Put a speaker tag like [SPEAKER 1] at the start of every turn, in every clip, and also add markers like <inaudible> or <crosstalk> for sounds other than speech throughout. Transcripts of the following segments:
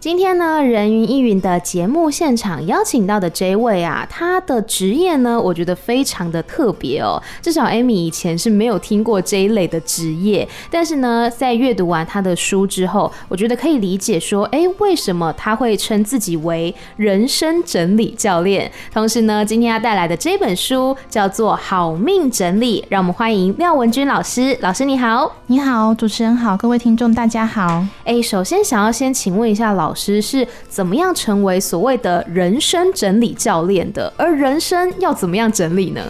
[SPEAKER 1] 今天呢，人云亦云的节目现场邀请到的这位啊，他的职业呢，我觉得非常的特别哦。至少 Amy 以前是没有听过这一类的职业，但是呢，在阅读完他的书之后，我觉得可以理解说，哎，为什么他会称自己为人生整理教练？同时呢，今天要带来的这本书叫做《好命整理》，让我们欢迎廖文君老师。老师你好。
[SPEAKER 2] 你好，主持人好，各位听众大家好。
[SPEAKER 1] 哎，首先想要先请问一下老师，是怎么样成为所谓的人生整理教练的？而人生要怎么样整理呢？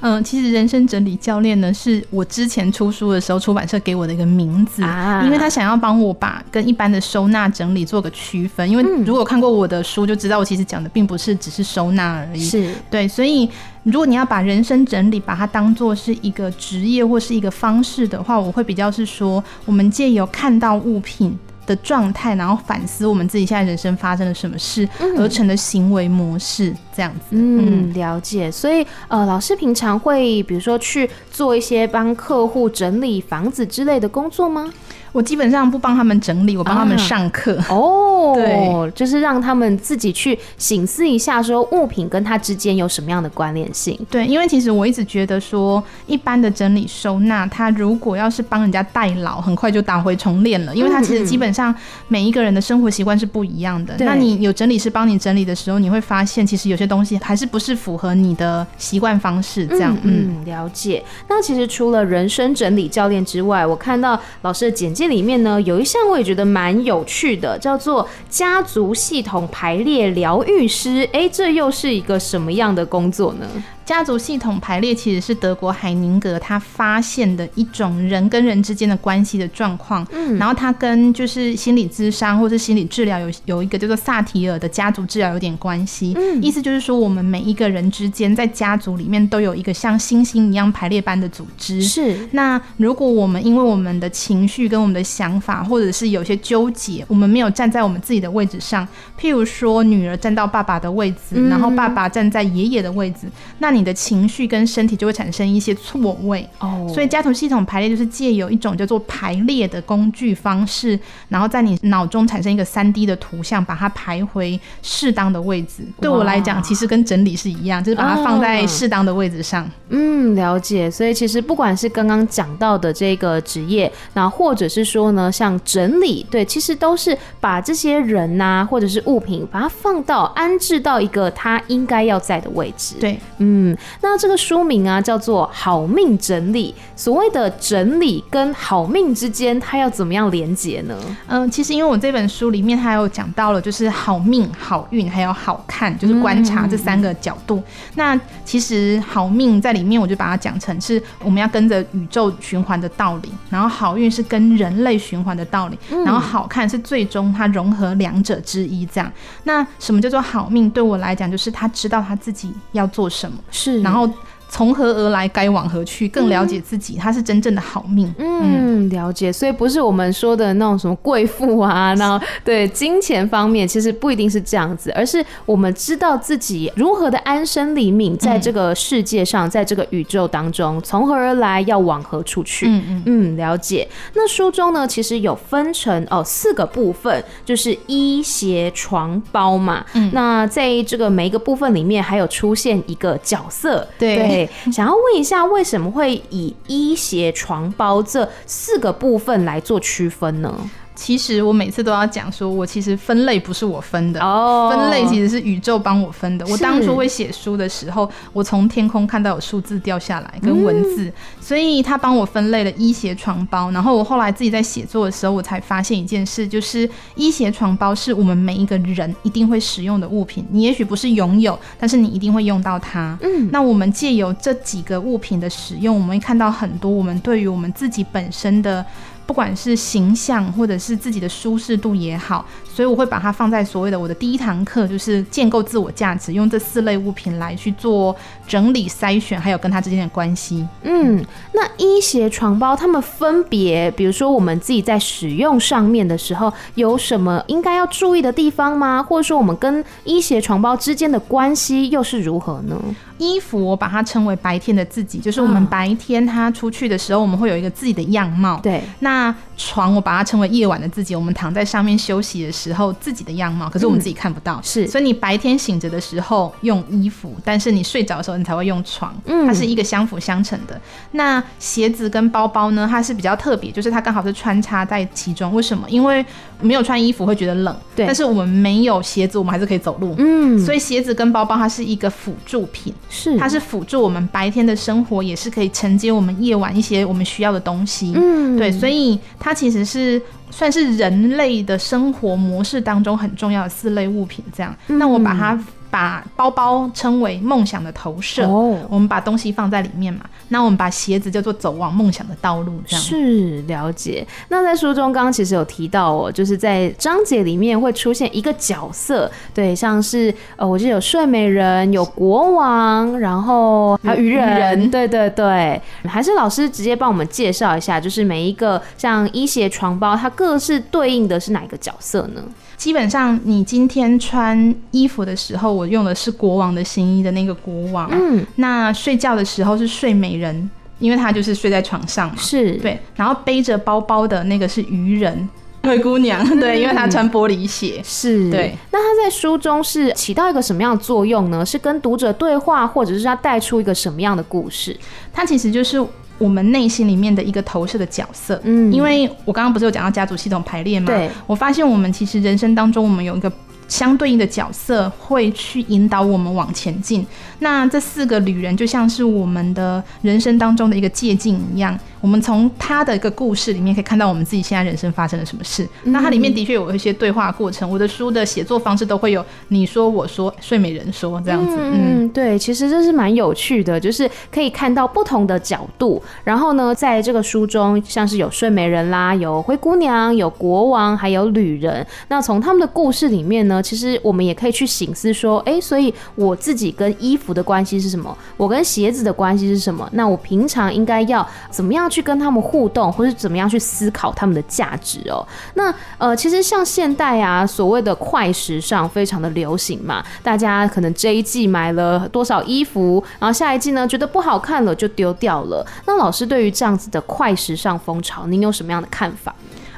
[SPEAKER 2] 嗯、其实人生整理教练呢，是我之前出书的时候出版社给我的一个名字，
[SPEAKER 1] 啊
[SPEAKER 2] 嗯因为他想要帮我把跟一般的收纳整理做个区分。因为
[SPEAKER 1] 嗯
[SPEAKER 2] 如果看过我的书，就知道我其实讲的并不是只是收纳而已，
[SPEAKER 1] 是
[SPEAKER 2] 对，所以如果你要把人生整理，把它当做是一个职业或是一个方式的话，我会比较是说，我们借由看到物品。的状态，然后反思我们自己现在人生发生了什么事，而成的行为模式，这样子。
[SPEAKER 1] 嗯，了解。所以呃，老师平常会比如说去做一些帮客户整理房子之类的工作
[SPEAKER 2] <laughs>
[SPEAKER 1] 吗？
[SPEAKER 2] 我基本上不帮他们整理，我帮他们上课。
[SPEAKER 1] 哦
[SPEAKER 2] 对，
[SPEAKER 1] 就是让他们自己去醒思一下，说物品跟它之间有什么样的关联性。
[SPEAKER 2] 对，因为其实我一直觉得说，一般的整理收纳，它如果要是帮人家代劳，很快就打回重练了，因为它其实基本上每一个人的生活习惯是不一样的。
[SPEAKER 1] 对
[SPEAKER 2] 那你有整理师帮你整理的时候，你会发现其实有些东西还是不是符合你的习惯方式这样。嗯
[SPEAKER 1] 嗯，了解。那其实除了人生整理教练之外，我看到老师的简介里面呢，有一项我也觉得蛮有趣的，叫做家族系统排列疗愈师。哎，这又是一个什么样的工作呢？
[SPEAKER 2] 家族系统排列其实是德国海宁格他发现的一种人跟人之间的关系的状况。嗯，然后他跟就是心理咨商或是心理治疗有有一个叫做萨提尔的家族治疗有点关系。嗯，意思就是说我们每一个人之间在家族里面都有一个像星星一样排列般的组织。
[SPEAKER 1] 是
[SPEAKER 2] 那如果我们因为我们的情绪跟我们的想法，或者是有些纠结，我们没有站在我们自己的位置上，譬如说女儿站到爸爸的位置，
[SPEAKER 1] 嗯
[SPEAKER 2] 然后爸爸站在爷爷的位置，那你的情绪跟身体就会产生一些错位。
[SPEAKER 1] 哦
[SPEAKER 2] 所以家族系统排列就是借由一种叫做排列的工具方式，然后在你脑中产生一个三 D 的图像，把它排回适当的位置。对我来讲，其实跟整理是一样，就是把它放在
[SPEAKER 1] 啊哦
[SPEAKER 2] 适当的位置上。
[SPEAKER 1] 嗯，了解。所以其实不管是刚刚讲到的这个职业，那或者是说呢，像整理，对，其实都是把这些人呐、或者是物品，把它放到安置到一个它应该要在的位置。
[SPEAKER 2] 对，
[SPEAKER 1] 嗯，那这个书名啊叫做《好命整理》，所谓的整理跟好命之间，它要怎么样连接呢？
[SPEAKER 2] 嗯，其实因为我这本书里面还有讲到了，就是好命、好运还有好看，就是观察这三个角度。那其实好命在里面，我就把它讲成是我们要跟着宇宙循环的道理，然后好运是跟人类循环的道理，然后好看是最终它融合两者之一。这样，那什么叫做好命？对我来讲，就是他知道他自己要做什么，
[SPEAKER 1] 是
[SPEAKER 2] 然后从何而来，该往何去，更了解自己，他是真正的好命。
[SPEAKER 1] 嗯，了解。所以不是我们说的那种什么贵妇啊，然后对金钱方面，其实不一定是这样子，而是我们知道自己如何的安身立命，在这个世界上，在这个宇宙当中，从何而来，要往何处去。
[SPEAKER 2] 嗯嗯。
[SPEAKER 1] 嗯，了解。那书中呢，其实有分成哦四个部分，就是衣、鞋、床、包嘛。嗯，那在这个每一个部分里面，还有出现一个角色。
[SPEAKER 2] 对
[SPEAKER 1] 对，想要问一下，为什么会以衣、鞋、床、包这四个部分来做区分呢？
[SPEAKER 2] 其实我每次都要讲说，我其实分类不是我分的。
[SPEAKER 1] 哦
[SPEAKER 2] 分类其实是宇宙帮我分的。我
[SPEAKER 1] 是
[SPEAKER 2] 当初会写书的时候，我从天空看到有数字掉下来跟文字，所以他帮我分类了医鞋床包。然后我后来自己在写作的时候，我才发现一件事，就是医鞋床包是我们每一个人一定会使用的物品。你也许不是拥有，嗯但是你一定会用到它。嗯，那我们借由这几个物品的使用，我们会看到很多我们对于我们自己本身的不管是形象或者是自己的舒适度也好，所以我会把它放在所谓的我的第一堂课，就是建构自我价值，用这四类物品来去做整理筛选，还有跟它之间的关系。
[SPEAKER 1] 嗯，那衣鞋床包它们分别，比如说我们自己在使用上面的时候，有什么应该要注意的地方吗？或者说我们跟衣鞋床包之间的关系又是如何呢？
[SPEAKER 2] 衣服我把它称为白天的自己，就是我们
[SPEAKER 1] 嗯
[SPEAKER 2] 白天他出去的时候，我们会有一个自己的样貌。
[SPEAKER 1] 对，
[SPEAKER 2] 那床我把它称为夜晚的自己，我们躺在上面休息的时候自己的样貌，可是我们自己看不到。
[SPEAKER 1] 是
[SPEAKER 2] 所以你白天醒着的时候用衣服，但是你睡着的时候你才会用床，
[SPEAKER 1] 嗯
[SPEAKER 2] 它是一个相辅相成的。那鞋子跟包包呢，它是比较特别，就是它刚好是穿插在其中。为什么？因为没有穿衣服会觉得冷，
[SPEAKER 1] 对
[SPEAKER 2] 但是我们没有鞋子，我们还是可以走路。
[SPEAKER 1] 嗯，
[SPEAKER 2] 所
[SPEAKER 1] 以
[SPEAKER 2] 以鞋子跟包包它是一个辅助品，
[SPEAKER 1] 是
[SPEAKER 2] 它是辅助我们白天的生活，也是可以承接我们夜晚一些我们需要的东西。
[SPEAKER 1] 嗯
[SPEAKER 2] 对，所以它其实是算是人类的生活模式当中很重要的四类物品。这样，
[SPEAKER 1] 嗯
[SPEAKER 2] 那我把它把包包称为梦想的投射，
[SPEAKER 1] 哦
[SPEAKER 2] 我们把东西放在里面嘛。那我们把鞋子叫做走往梦想的道路，这样。
[SPEAKER 1] 是了解。那在书中刚刚其实有提到哦，就是在章节里面会出现一个角色，对，像是呃，我记得有睡美人，有国王，然后还有
[SPEAKER 2] 愚
[SPEAKER 1] 愚人，
[SPEAKER 2] 人
[SPEAKER 1] 对对对。还是老师直接帮我们介绍一下，就是每一个像衣鞋、床包，它各是对应的是哪一个角色呢？嗯
[SPEAKER 2] 基本上你今天穿衣服的时候，我用的是国王的新衣的那个国王。
[SPEAKER 1] 嗯，
[SPEAKER 2] 那睡觉的时候是睡美人，因为她就是睡在床上嘛。
[SPEAKER 1] 是，
[SPEAKER 2] 对，然后背着包包的那个是渔人，灰姑娘。
[SPEAKER 1] 嗯
[SPEAKER 2] 对，因为她穿玻璃鞋。
[SPEAKER 1] 是，
[SPEAKER 2] 对。
[SPEAKER 1] 那它在书中是起到一个什么样的作用呢？是跟读者对话，或者是它带出一个什么样的故事？
[SPEAKER 2] 它其实就是我们内心里面的一个投射的角色。
[SPEAKER 1] 嗯
[SPEAKER 2] 因为我刚刚不是有讲到家族系统排列吗？
[SPEAKER 1] 对，
[SPEAKER 2] 我发现我们其实人生当中，我们有一个。相对应的角色会去引导我们往前进。那这四个旅人就像是我们的人生当中的一个借镜一样，我们从他的一个故事里面可以看到我们自己现在人生发生了什么事。那它里面的确有一些对话过程，我的书的写作方式都会有你说我说睡美人说这样子。嗯
[SPEAKER 1] 嗯，对，其实这是蛮有趣的，就是可以看到不同的角度。然后呢，在这个书中，像是有睡美人啦，有灰姑娘，有国王，还有旅人。那从他们的故事里面呢，其实我们也可以去醒思说，诶，所以我自己跟衣服的关系是什么？我跟鞋子的关系是什么？那我平常应该要怎么样去跟他们互动，或是怎么样去思考他们的价值哦？那呃，其实像现代啊，所谓的快时尚非常的流行嘛，大家可能这一季买了多少衣服，然后下一季呢觉得不好看了就丢掉了。那老师对于这样子的快时尚风潮，您有什么样的看法？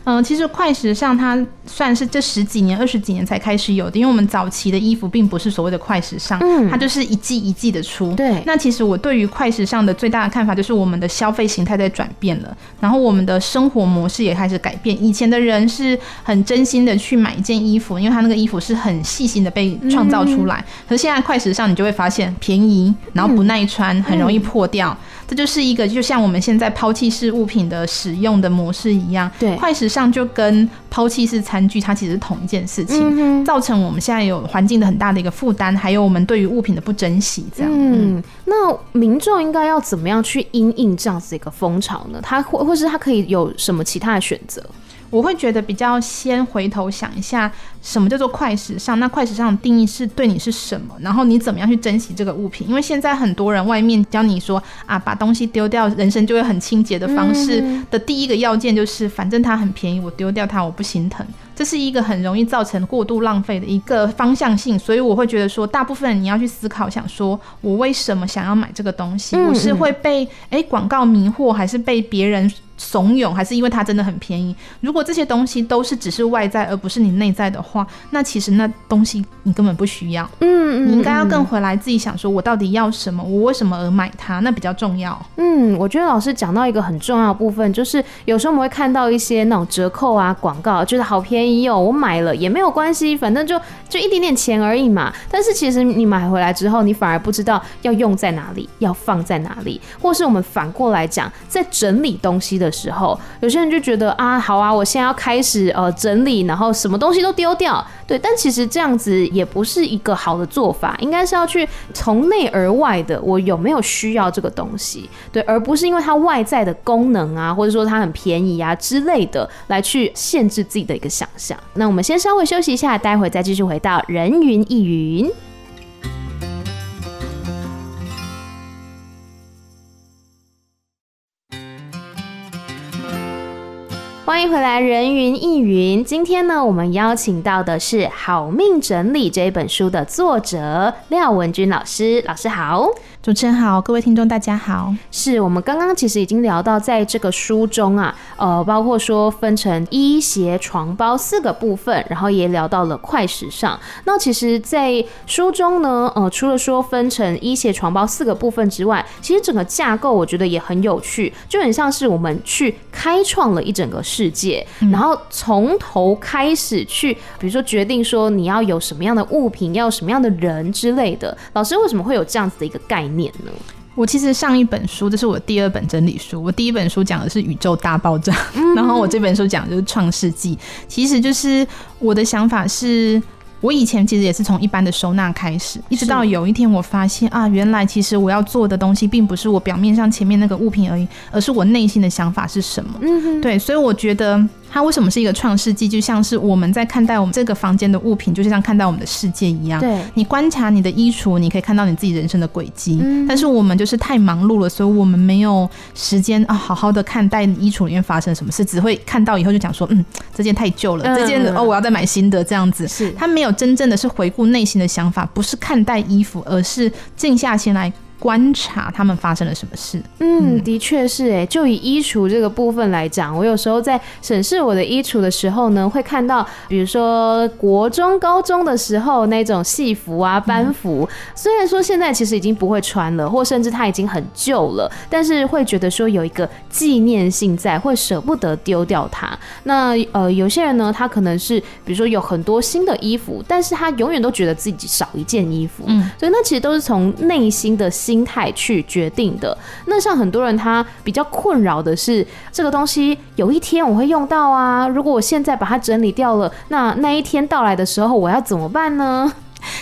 [SPEAKER 2] 嗯、其实快时尚它算是这十几年、二十几年才开始有的，因为我们早期的衣服并不是所谓的快时尚，
[SPEAKER 1] 嗯
[SPEAKER 2] 它就是一季一季的出。
[SPEAKER 1] 对
[SPEAKER 2] 那其实我对于快时尚的最大的看法就是我们的消费形态在转变了，然后我们的生活模式也开始改变。以前的人是很真心的去买一件衣服，因为他那个衣服是很细心的被创造出
[SPEAKER 1] 嗯
[SPEAKER 2] 来。可是现在快时尚，你就会发现便宜，然后不耐穿，很容易破
[SPEAKER 1] 嗯
[SPEAKER 2] 掉。这就是一个就像我们现在抛弃式物品的使用的模式一样。
[SPEAKER 1] 对
[SPEAKER 2] 快时尚就跟抛弃式餐具它其实是同一件事情。
[SPEAKER 1] 嗯
[SPEAKER 2] 造成我们现在有环境的很大的一个负担，还有我们对于物品的不珍惜，这样。
[SPEAKER 1] 嗯，那民众应该要怎么样去因应这样子的一个风潮呢？他或或是他可以有什么其他的选择？
[SPEAKER 2] 我会觉得比较先回头想一下，什么叫做快时尚？那快时尚的定义是对你是什么？然后你怎么样去珍惜这个物品？因为现在很多人外面教你说啊，把东西丢掉，人生就会很清洁的方式
[SPEAKER 1] 嗯
[SPEAKER 2] 的第一个要件就是，反正它很便宜，我丢掉它我不心疼。这是一个很容易造成过度浪费的一个方向性，所以我会觉得说，大部分人你要去思考，想说我为什么想要买这个东西？
[SPEAKER 1] 嗯
[SPEAKER 2] 我是
[SPEAKER 1] 嗯
[SPEAKER 2] 会被诶广告迷惑，还是被别人怂恿，还是因为它真的很便宜？如果这些东西都是只是外在，而不是你内在的话，那其实那东西你根本不需要。
[SPEAKER 1] 嗯
[SPEAKER 2] 你应该要更回来自己想说，我到底要什么，我为什么而买它，那比较重要。
[SPEAKER 1] 嗯，我觉得老师讲到一个很重要的部分，就是有时候我们会看到一些那种折扣啊、广告，觉得好便宜哦，我买了也没有关系，反正就就一点点钱而已嘛。但是其实你买回来之后，你反而不知道要用在哪里，要放在哪里，或是我们反过来讲，在整理东西的时候，有些人就觉得啊，好啊，我现在要开始呃整理，然后什么东西都丢掉，对。但其实这样子也不是一个好的做法，应该是要去从内而外的，我有没有需要这个东西，对，而不是因为它外在的功能啊，或者说它很便宜啊之类的来去限制自己的一个想象。那我们先稍微休息一下，待会再继续回到人云亦云。欢迎回来，人云亦云。今天呢，我们邀请到的是《好命整理》这一本书的作者廖文君老师。老师好，
[SPEAKER 2] 主持人好，各位听众大家好。
[SPEAKER 1] 是我们刚刚其实已经聊到，在这个书中啊，呃，包括说分成衣、鞋、床包四个部分，然后也聊到了快时尚。那其实，在书中呢，呃，除了说分成衣、鞋、床包四个部分之外，其实整个架构我觉得也很有趣，就很像是我们去开创了一整个世界，然后从头开始去，比如说决定说你要有什么样的物品，要有什么样的人之类的。老师为什么会有这样子的一个概念呢？
[SPEAKER 2] 我其实上一本书，这是我第二本整理书。我第一本书讲的是宇宙大爆炸，
[SPEAKER 1] 嗯
[SPEAKER 2] 然后我这本书讲的就是创世纪。其实就是我的想法是，我以前其实也是从一般的收纳开始，一直到有一天我发现啊，原来其实我要做的东西，并不是我表面上前面那个物品而已，而是我内心的想法是什么。
[SPEAKER 1] 嗯哼，
[SPEAKER 2] 对，所以我觉得它为什么是一个创世纪，就像是我们在看待我们这个房间的物品，就像看待我们的世界一样。
[SPEAKER 1] 对
[SPEAKER 2] 你观察你的衣橱，你可以看到你自己人生的轨迹。
[SPEAKER 1] 嗯
[SPEAKER 2] 但是我们就是太忙碌了，所以我们没有时间啊，好好的看待衣橱里面发生什么事，只会看到以后就讲说，嗯，这件太旧了，
[SPEAKER 1] 嗯
[SPEAKER 2] 这件
[SPEAKER 1] 嗯嗯
[SPEAKER 2] 哦，我要再买新的这样子。
[SPEAKER 1] 是
[SPEAKER 2] 他没有真正的是回顾内心的想法，不是看待衣服，而是静下心来观察他们发生了什么事。
[SPEAKER 1] 嗯，的确是哎。就以衣橱这个部分来讲，我有时候在审视我的衣橱的时候呢，会看到，比如说国中、高中的时候那种戏服啊、班服，虽然说现在其实已经不会穿了，或甚至它已经很旧了，但是会觉得说有一个纪念性在，会舍不得丢掉它。那呃，有些人呢，他可能是比如说有很多新的衣服，但是他永远都觉得自己少一件衣服，
[SPEAKER 2] 嗯
[SPEAKER 1] 所以那其实都是从内心的心态去决定的。那像很多人他比较困扰的是，这个东西有一天我会用到啊，如果我现在把它整理掉了，那那一天到来的时候我要怎么办呢？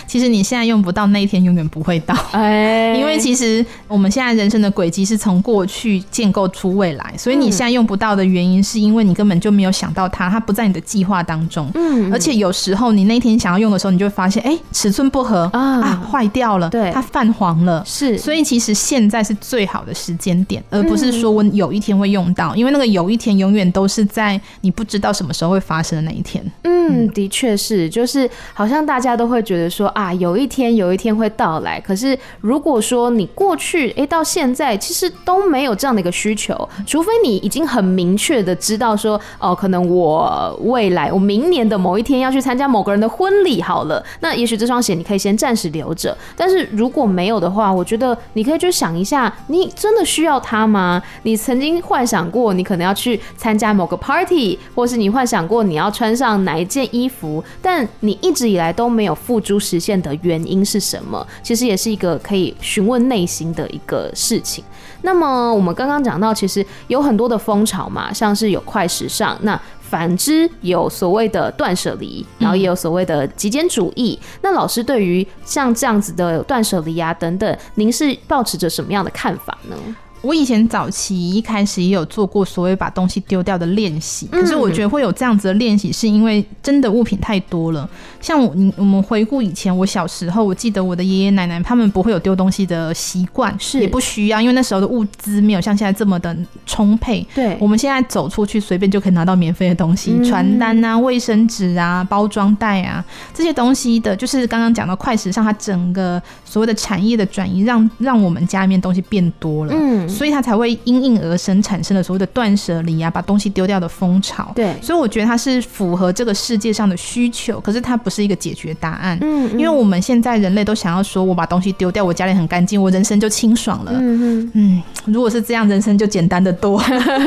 [SPEAKER 2] 其实你现在用不到，那一天永远不会到。
[SPEAKER 1] 哎
[SPEAKER 2] 哦因为其实我们现在人生的轨迹是从过去建构出未来，所以你现在用不到的原因，是因为你根本就没有想到它，它不在你的计划当中。
[SPEAKER 1] 嗯
[SPEAKER 2] 而且有时候你那天想要用的时候，你就会发现，哎、尺寸不合
[SPEAKER 1] 啊
[SPEAKER 2] 啊，坏掉了，
[SPEAKER 1] 对
[SPEAKER 2] 它泛黄了。
[SPEAKER 1] 是嗯
[SPEAKER 2] 所以其实现在是最好的时间点，而不是说我有一天会用到，因为那个有一天永远都是在你不知道什么时候会发生的那一天。
[SPEAKER 1] 嗯，的确是，就是好像大家都会觉得说啊，有一天有一天会到来。可是如果说你过去诶到现在其实都没有这样的一个需求，除非你已经很明确的知道说哦、可能我未来我明年的某一天要去参加某个人的婚礼好了，那也许这双鞋你可以先暂时留着。但是如果没有的话，我觉得你可以去想一下，你真的需要它吗？你曾经幻想过你可能要去参加某个 party，或是你幻想过你要穿上哪一件衣服，但你一直以来都没有付诸实现的原因是什么？其实也是一个可以询问内心的一个事情。那么我们刚刚讲到，其实有很多的风潮嘛，像是有快时尚，那反之有所谓的断舍离，然后也有所谓的极简主义。那老师对于像这样子的断舍离啊等等，您是抱持着什么样的看法呢？
[SPEAKER 2] 我以前早期一开始也有做过所谓把东西丢掉的练习，
[SPEAKER 1] 嗯
[SPEAKER 2] 可是我觉得会有这样子的练习，是因为真的物品太多了。像我，你我们回顾以前我小时候，我记得我的爷爷奶奶他们不会有丢东西的习惯，
[SPEAKER 1] 是
[SPEAKER 2] 也不需要，因为那时候的物资没有像现在这么的充沛。
[SPEAKER 1] 对
[SPEAKER 2] 我们现在走出去随便就可以拿到免费的东西，
[SPEAKER 1] 嗯
[SPEAKER 2] 传单啊、卫生纸啊、包装袋啊这些东西的，就是刚刚讲到快时尚，它整个所谓的产业的转移，让让我们家里面东西变多了。
[SPEAKER 1] 嗯，
[SPEAKER 2] 所以它才会因应而生，产生了所谓的断舍离啊，把东西丢掉的风潮。
[SPEAKER 1] 对，
[SPEAKER 2] 所以我觉得它是符合这个世界上的需求，可是它不是一个解决答案。
[SPEAKER 1] 嗯，
[SPEAKER 2] 因为我们现在人类都想要说，我把东西丢掉，我家里很干净，我人生就清爽了。
[SPEAKER 1] 嗯嗯
[SPEAKER 2] 嗯，如果是这样，人生就简单的多。 <laughs>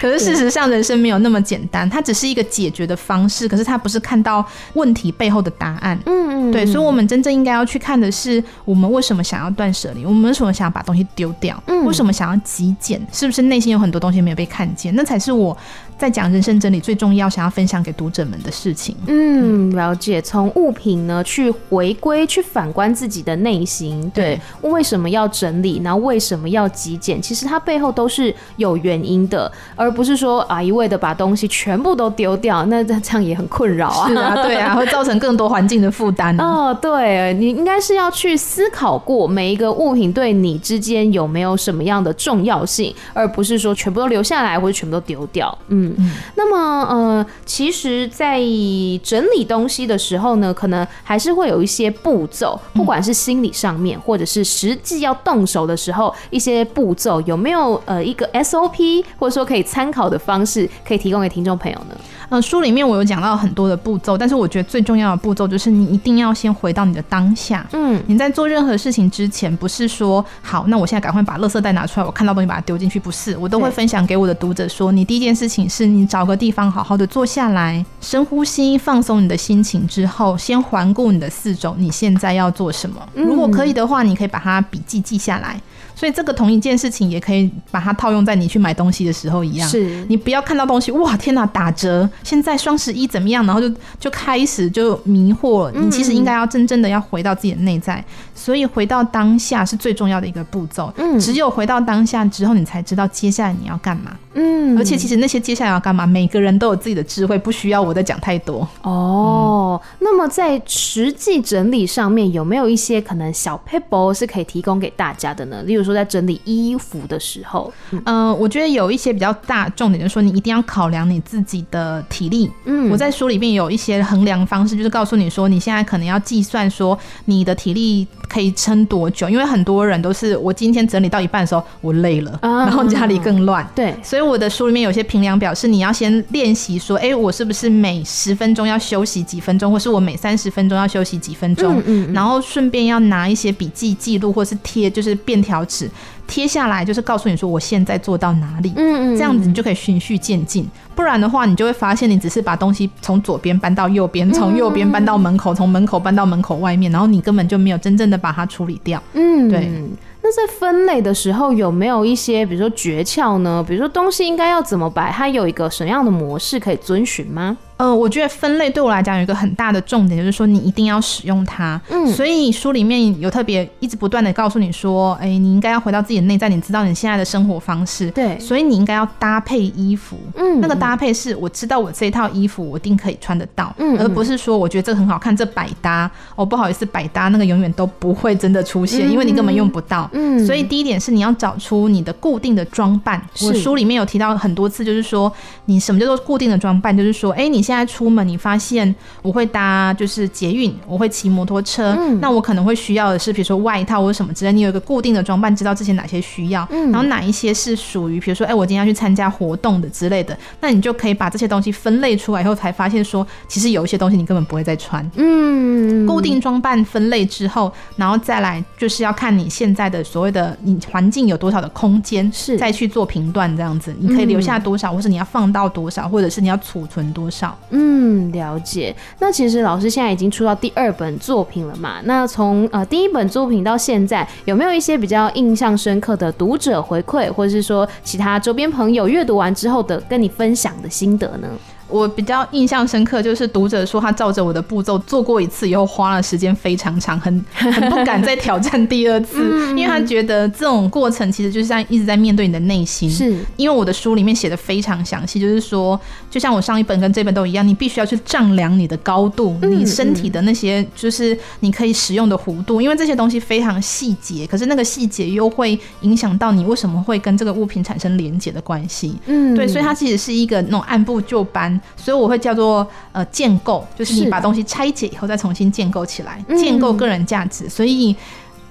[SPEAKER 2] 可是事实上，人生没有那么简单，它只是一个解决的方式，可是它不是看到问题背后的答案。
[SPEAKER 1] 嗯嗯，
[SPEAKER 2] 对，所以，我们真正应该要去看的是，我们为什么想要断舍离，我们为什么想把东西丢掉，
[SPEAKER 1] 嗯
[SPEAKER 2] 为什么们想要极简，是不是内心有很多东西没有被看见？那才是我在讲人生真理最重要，想要分享给读者们的事情。
[SPEAKER 1] 嗯，了解。从物品呢去回归，去反观自己的内心，对，为什么要整理，然后为什么要极简？其实它背后都是有原因的，而不是说啊一味的把东西全部都丢掉，那这这样也很困扰啊。
[SPEAKER 2] 是啊，对
[SPEAKER 1] <laughs>
[SPEAKER 2] 啊，会造成更多环境的负担啊。
[SPEAKER 1] 哦，对，你应该是要去思考过每一个物品对你之间有没有什么样的重要性，而不是说全部都留下来或者全部都丢掉。嗯，那么呃，其实，在整理东西的时候呢，可能还是会有一些步骤，不管是心理上面，或者是实际要动手的时候，一些步骤有没有呃一个 SOP，或者说可以参考的方式，可以提供给听众朋友呢？
[SPEAKER 2] 呃，书里面我有讲到很多的步骤，但是我觉得最重要的步骤就是你一定要先回到你的当下。
[SPEAKER 1] 嗯，
[SPEAKER 2] 你在做任何事情之前，不是说好，那我现在赶快把垃圾袋拿出来，我看到东西把它丢进去，不是，我都会
[SPEAKER 1] 对
[SPEAKER 2] 分享给我的读者说，你第一件事情是你找个地方好好的坐下来，深呼吸，放松你的心情之后，先环顾你的四周，你现在要做什么？如果可以的话，你可以把它笔记记下来。所以这个同一件事情也可以把它套用在你去买东西的时候一样，
[SPEAKER 1] 是
[SPEAKER 2] 你不要看到东西，哇，天哪，打折！现在双十一怎么样？然后就就开始就迷惑了。你
[SPEAKER 1] 嗯
[SPEAKER 2] 其实应该要真正的要回到自己的内在，所以回到当下是最重要的一个步骤。
[SPEAKER 1] 嗯
[SPEAKER 2] 只有回到当下之后，你才知道接下来你要干嘛。
[SPEAKER 1] 嗯
[SPEAKER 2] 而且其实那些接下来要干嘛，每个人都有自己的智慧，不需要我再讲太多。
[SPEAKER 1] 哦，那么在实际整理上面有没有一些可能小 p a p e 是可以提供给大家的呢？例如说在整理衣服的时候，
[SPEAKER 2] 嗯，我觉得有一些比较大重点，就是说你一定要考量你自己的体力。
[SPEAKER 1] 嗯
[SPEAKER 2] 我在书里面有一些衡量方式，就是告诉你说你现在可能要计算说你的体力可以撑多久，因为很多人都是我今天整理到一半的时候我累了，
[SPEAKER 1] 啊
[SPEAKER 2] 然后家里更乱。
[SPEAKER 1] 对
[SPEAKER 2] 所以我的书里面有些评量表是你要先练习说，哎、我是不是每十分钟要休息几分钟，或是我每三十分钟要休息几分
[SPEAKER 1] 嗯
[SPEAKER 2] 钟，
[SPEAKER 1] 嗯嗯
[SPEAKER 2] 然后顺便要拿一些笔记记录或是贴，就是便条纸贴下来，就是告诉你说我现在做到哪里，
[SPEAKER 1] 嗯嗯
[SPEAKER 2] 这样子你就可以循序渐进。不然的话，你就会发现你只是把东西从左边搬到右边，从右边搬到
[SPEAKER 1] 嗯
[SPEAKER 2] 门口，从门口搬到门口外面，然后你根本就没有真正的把它处理掉。
[SPEAKER 1] 嗯
[SPEAKER 2] 对。
[SPEAKER 1] 那在分类的时候有没有一些，比如说诀窍呢？比如说东西应该要怎么摆，它有一个什么样的模式可以遵循吗？
[SPEAKER 2] 呃，我觉得分类对我来讲有一个很大的重点，就是说你一定要使用它。
[SPEAKER 1] 嗯
[SPEAKER 2] 所以书里面有特别一直不断的告诉你说，哎、你应该要回到自己的内在，你知道你现在的生活方式，
[SPEAKER 1] 对
[SPEAKER 2] 所以你应该要搭配衣服。
[SPEAKER 1] 嗯
[SPEAKER 2] 那个搭配是我知道我这套衣服我一定可以穿得到，
[SPEAKER 1] 嗯嗯
[SPEAKER 2] 而不是说我觉得这个很好看，这百搭哦，不好意思，百搭那个永远都不会真的出现，因为你根本用不到。
[SPEAKER 1] 嗯
[SPEAKER 2] 所以第一点是你要找出你的固定的装扮。
[SPEAKER 1] 是
[SPEAKER 2] 我书里面有提到很多次，就是说你什么叫做固定的装扮，就是说，哎、你现在出门，你发现我会搭就是捷运，我会骑摩托车，
[SPEAKER 1] 嗯
[SPEAKER 2] 那我可能会需要的是，比如说外套或者什么之类，你有一个固定的装扮，知道这些哪些需要，
[SPEAKER 1] 嗯
[SPEAKER 2] 然后哪一些是属于，比如说，哎、我今天要去参加活动的之类的，那你就可以把这些东西分类出来以后，才发现说，其实有一些东西你根本不会再穿。
[SPEAKER 1] 嗯
[SPEAKER 2] 固定装扮分类之后，然后再来就是要看你现在的所谓的你环境有多少的空间，
[SPEAKER 1] 是嗯
[SPEAKER 2] 再去做评断这样子，你可以留下多少，或是你要放到多少，或者是你要储存多少。
[SPEAKER 1] 嗯，了解。那其实老师现在已经出到第二本作品了嘛？那从呃第一本作品到现在，有没有一些比较印象深刻的读者回馈，或者是说其他周边朋友阅读完之后的跟你分享的心得呢？
[SPEAKER 2] 我比较印象深刻就是读者说他照着我的步骤做过一次以后，花了时间非常长，很 <laughs> 很不敢再挑战第二次，因为他觉得这种过程其实就像一直在面对你的内心。
[SPEAKER 1] 是，
[SPEAKER 2] 因为我的书里面写的非常详细，就是说，就像我上一本跟这本都一样，你必须要去丈量你的高度，你身体的那些就是你可以使用的弧度，因为这些东西非常细节，可是那个细节又会影响到你为什么会跟这个物品产生连结的关系。
[SPEAKER 1] 嗯
[SPEAKER 2] 对，所以它其实是一个那种按部就班，所以我会叫做呃建构，就是你
[SPEAKER 1] 是嗯
[SPEAKER 2] 把东西拆解以后再重新建构起来，建构个人价值。所以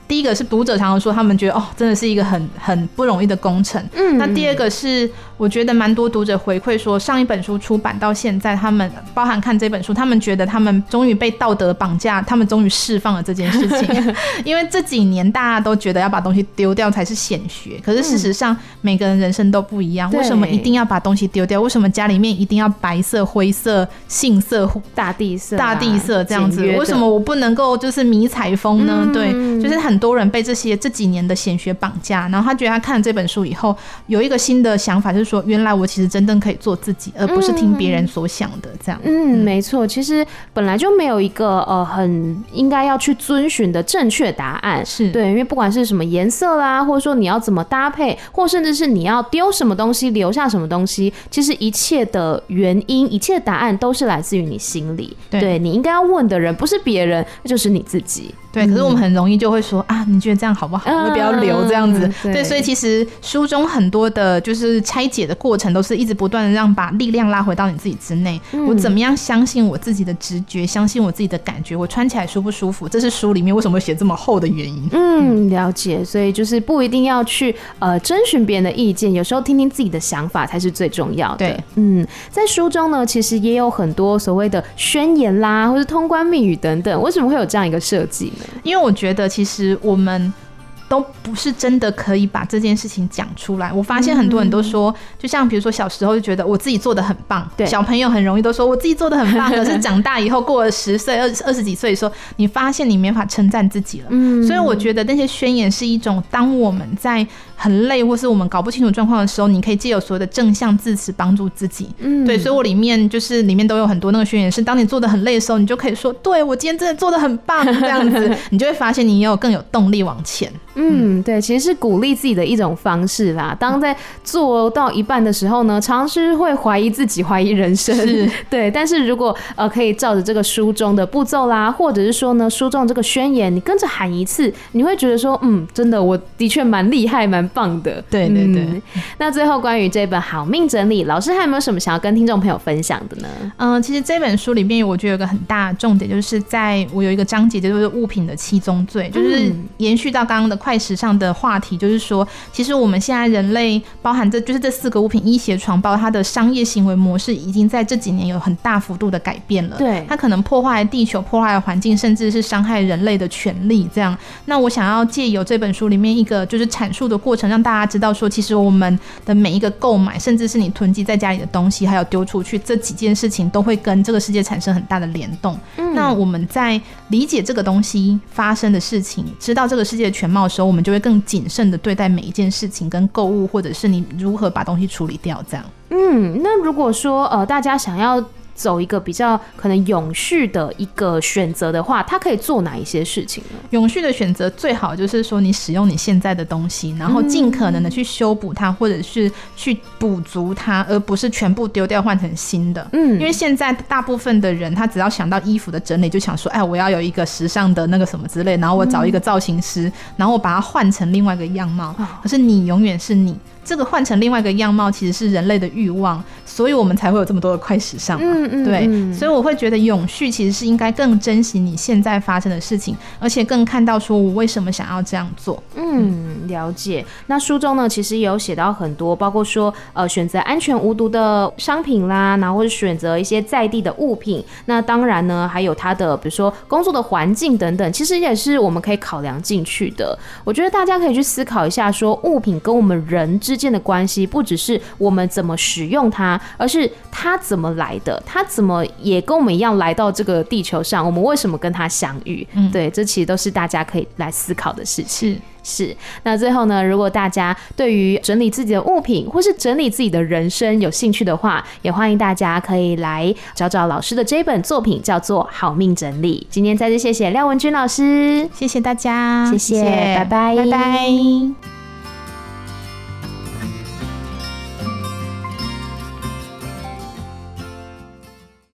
[SPEAKER 2] 第一个是读者常常说，他们觉得哦，真的是一个很很不容易的工程。
[SPEAKER 1] 嗯
[SPEAKER 2] 那第二个是，我觉得蛮多读者回馈说，上一本书出版到现在，他们包含看这本书，他们觉得他们终于被道德绑架，他们终于释放了这件事
[SPEAKER 1] <laughs>
[SPEAKER 2] 情。因为这几年大家都觉得要把东西丢掉才是显学，可是事实上、每个人人生都不一样，
[SPEAKER 1] 嗯对
[SPEAKER 2] 为什么一定要把东西丢掉？为什么家里面一定要白色、灰色、杏色、
[SPEAKER 1] 大地色啊、
[SPEAKER 2] 大地色这样子
[SPEAKER 1] 简约？的
[SPEAKER 2] 为什么？我不能够就是迷彩风呢？
[SPEAKER 1] 嗯
[SPEAKER 2] 对，就是很多人被这些这几年的显学绑架，然后他觉得他看了这本书以后，有一个新的想法，就是说，原来我其实真正可以做自己，而不是听别人所想的这样。
[SPEAKER 1] 嗯，没错，其实本来就没有一个呃很应该要去遵循的正确答案，
[SPEAKER 2] 是
[SPEAKER 1] 对，因为不管是什么颜色啦，或者说你要怎么搭配，或甚至是你要丢什么东西留下什么东西，其实一切的原因、一切的答案都是来自于你心里。
[SPEAKER 2] 对
[SPEAKER 1] 你应该要问的人不是别人，那就是你自己。
[SPEAKER 2] 对，可是我们很容易就会说啊，你觉得这样好不好？
[SPEAKER 1] 嗯
[SPEAKER 2] 我不要留这样子。
[SPEAKER 1] 对
[SPEAKER 2] 对，所以其实书中很多的就是拆解的过程，都是一直不断的让把力量拉回到你自己之内。嗯我
[SPEAKER 1] 嗯
[SPEAKER 2] 怎么样相信我自己的直觉，相信我自己的感觉，我穿起来舒不舒服？这是书里面为什么会写这么厚的原因。
[SPEAKER 1] 嗯，了解。所以就是不一定要去呃征询别人的意见，有时候听听自己的想法才是最重要的。
[SPEAKER 2] 对，
[SPEAKER 1] 嗯，在书中呢，其实也有很多所谓的宣言啦，或是通关密语等等。为什么会有这样一个设计呢？
[SPEAKER 2] 因为我觉得其实我们。都不是真的可以把这件事情讲出来。我发现很多人
[SPEAKER 1] 嗯
[SPEAKER 2] 都说，就像比如说小时候就觉得我自己做的很棒，
[SPEAKER 1] 对
[SPEAKER 2] 小朋友很容易都说我自己做的很棒。可是长大以后，过了十岁、二十二十几岁的时候，你发现你没法称赞自己了。
[SPEAKER 1] 嗯
[SPEAKER 2] 所以我觉得那些宣言是一种，当我们在很累或是我们搞不清楚状况的时候，你可以借由所有的正向字词帮助自己。
[SPEAKER 1] 嗯
[SPEAKER 2] 对，所以我里面就是里面都有很多那个宣言是，当你做的很累的时候，你就可以说，对我今天真的做的很棒，这样
[SPEAKER 1] <laughs>
[SPEAKER 2] 子，你就会发现你也有更有动力往前。
[SPEAKER 1] 嗯，对，其实是鼓励自己的一种方式啦。当在做到一半的时候呢，常是会怀疑自己、怀疑人生。 <laughs> 对。但是如果呃可以照着这个书中的步骤啦，或者是说呢书中这个宣言，你跟着喊一次，你会觉得说，嗯，真的，我的确蛮厉害、蛮棒的。
[SPEAKER 2] 对对对
[SPEAKER 1] 嗯那最后关于这本《好命整理》，老师还有没有什么想要跟听众朋友分享的呢？
[SPEAKER 2] 嗯、其实这本书里面，我觉得有个很大的重点，就是在我有一个章节，就是物品的七宗罪，就是
[SPEAKER 1] 嗯
[SPEAKER 2] 延续到刚刚的快时尚的话题，就是说，其实我们现在人类包含这就是这四个物品，衣鞋床包，它的商业行为模式已经在这几年有很大幅度的改变了。
[SPEAKER 1] 对
[SPEAKER 2] 它可能破坏了地球、破坏了环境，甚至是伤害人类的权利。这样，那我想要借由这本书里面一个就是阐述的过程，让大家知道说，其实我们的每一个购买，甚至是你囤积在家里的东西，还有丢出去这几件事情，都会跟这个世界产生很大的联动。
[SPEAKER 1] 嗯
[SPEAKER 2] 那我们在理解这个东西发生的事情，知道这个世界的全貌的时候，我们就会更谨慎的对待每一件事情跟购物，或者是你如何把东西处理掉。这样，
[SPEAKER 1] 嗯，那如果说呃，大家想要走一个比较可能永续的一个选择的话，他可以做哪一些事情呢？
[SPEAKER 2] 永续的选择最好就是说你使用你现在的东西，然后尽可能的去修补它，或者是去补足它，而不是全部丢掉换成新的。
[SPEAKER 1] 嗯
[SPEAKER 2] 因为现在大部分的人，他只要想到衣服的整理，就想说，哎，我要有一个时尚的那呃个什么之类，然后我找一个造型师，然后我把它换成另外一个样貌。可是你永远是你，这个换成另外一个样貌，其实是人类的欲望，所以我们才会有这么多的快时尚嘛。
[SPEAKER 1] 嗯嗯
[SPEAKER 2] 对，
[SPEAKER 1] 嗯
[SPEAKER 2] 所以我会觉得永续其实是应该更珍惜你现在发生的事情，而且更看到说我为什么想要这样做。
[SPEAKER 1] 嗯，了解。那书中呢，其实也有写到很多，包括说呃选择安全无毒的商品啦，然后或者选择一些在地的物品。那当然呢，还有它的比如说工作的环境等等，其实也是我们可以考量进去的。我觉得大家可以去思考一下说物品跟我们人之间的关系，不只是我们怎么使用它，而是它怎么来的，它怎么也跟我们一样来到这个地球上，我们为什么跟它相遇？
[SPEAKER 2] 嗯
[SPEAKER 1] 对，这其实都是大家可以来思考的事情。
[SPEAKER 2] 是，
[SPEAKER 1] 是，那最后呢，如果大家对于整理自己的物品或是整理自己的人生有兴趣的话，也欢迎大家可以来找找老师的这一本作品，叫做《好命整理》。今天再次谢谢廖文君老师，
[SPEAKER 2] 谢谢大家，
[SPEAKER 1] 谢谢，拜拜，
[SPEAKER 2] 拜拜。